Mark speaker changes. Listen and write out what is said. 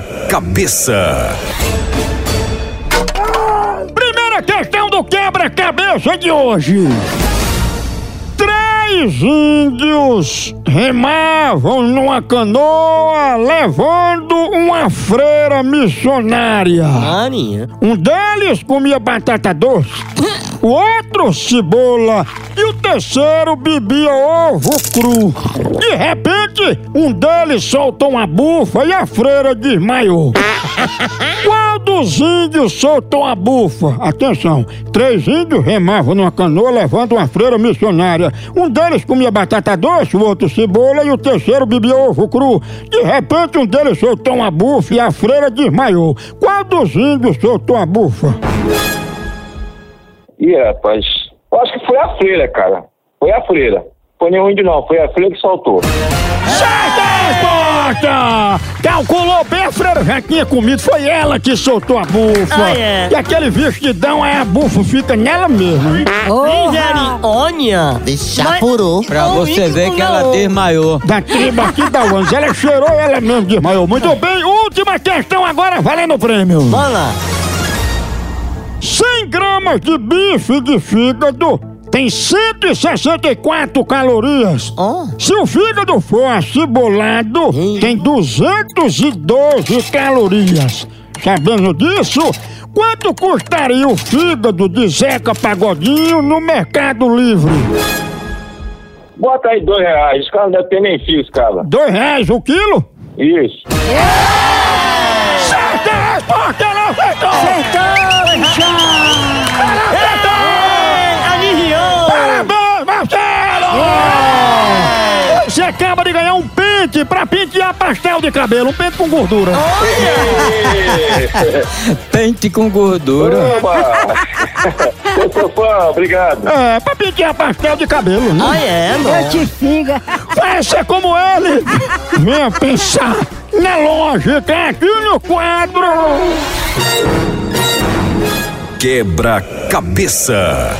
Speaker 1: Quebra-cabeça.
Speaker 2: Primeira questão do quebra-cabeça de hoje. Três índios remavam numa canoa levando uma freira missionária.
Speaker 3: Maninha.
Speaker 2: Um deles comia batata doce, o outro cebola e o terceiro bebia ovo cru. De repente, um deles soltou uma bufa e a freira desmaiou. Qual dos índios soltou a bufa? Atenção, três índios remavam numa canoa levando uma freira missionária. Um deles comia batata doce, o outro cebola e o terceiro bebia ovo cru. De repente, um deles soltou uma bufa e a freira desmaiou. Qual dos índios soltou a bufa?
Speaker 4: Ih, rapaz, eu acho que foi a freira, cara. Foi a freira. Foi nenhum índio, não. Foi a freira que soltou.
Speaker 2: Certa resposta! Calculou bem, a freira já tinha comido, foi ela que soltou a bufa.
Speaker 3: Ah, é.
Speaker 2: E aquele vestidão, aí a bufa fica nela mesma.
Speaker 3: Misericórdia. Mas-
Speaker 5: Chapuru.
Speaker 6: Pra
Speaker 3: Um
Speaker 6: você
Speaker 3: índio
Speaker 6: ver que ela
Speaker 3: comeu-
Speaker 6: desmaiou.
Speaker 2: Da tribo aqui da Wanza. Ela cheirou ela mesmo desmaiou. Muito bem, última questão agora, valendo o prêmio.
Speaker 3: Vamos lá.
Speaker 2: 100 gramas de bife de fígado tem 164 calorias.
Speaker 3: Ó.
Speaker 2: Se o fígado for acebolado,
Speaker 3: Hum.
Speaker 2: tem 212 calorias. Sabendo disso, quanto custaria o fígado de Zeca Pagodinho no Mercado Livre?
Speaker 4: Bota aí dois reais. Os caras não devem ter nem fios, cara.
Speaker 2: Dois reais o quilo?
Speaker 4: Isso.
Speaker 2: Certa resposta, ela acertou! Ela acertou! Parabéns, Marcelo! Você acaba de ganhar um pente pra pentear pastel de cabelo, um pente com gordura.
Speaker 6: Pente com gordura.
Speaker 4: Opa! eu sou fã, obrigado.
Speaker 2: É, pra pentear pastel de cabelo, né?
Speaker 3: Ah, é, mano.
Speaker 2: Faça como ele! Venha pensar na lógica aqui no quadro!
Speaker 1: Quebra-cabeça.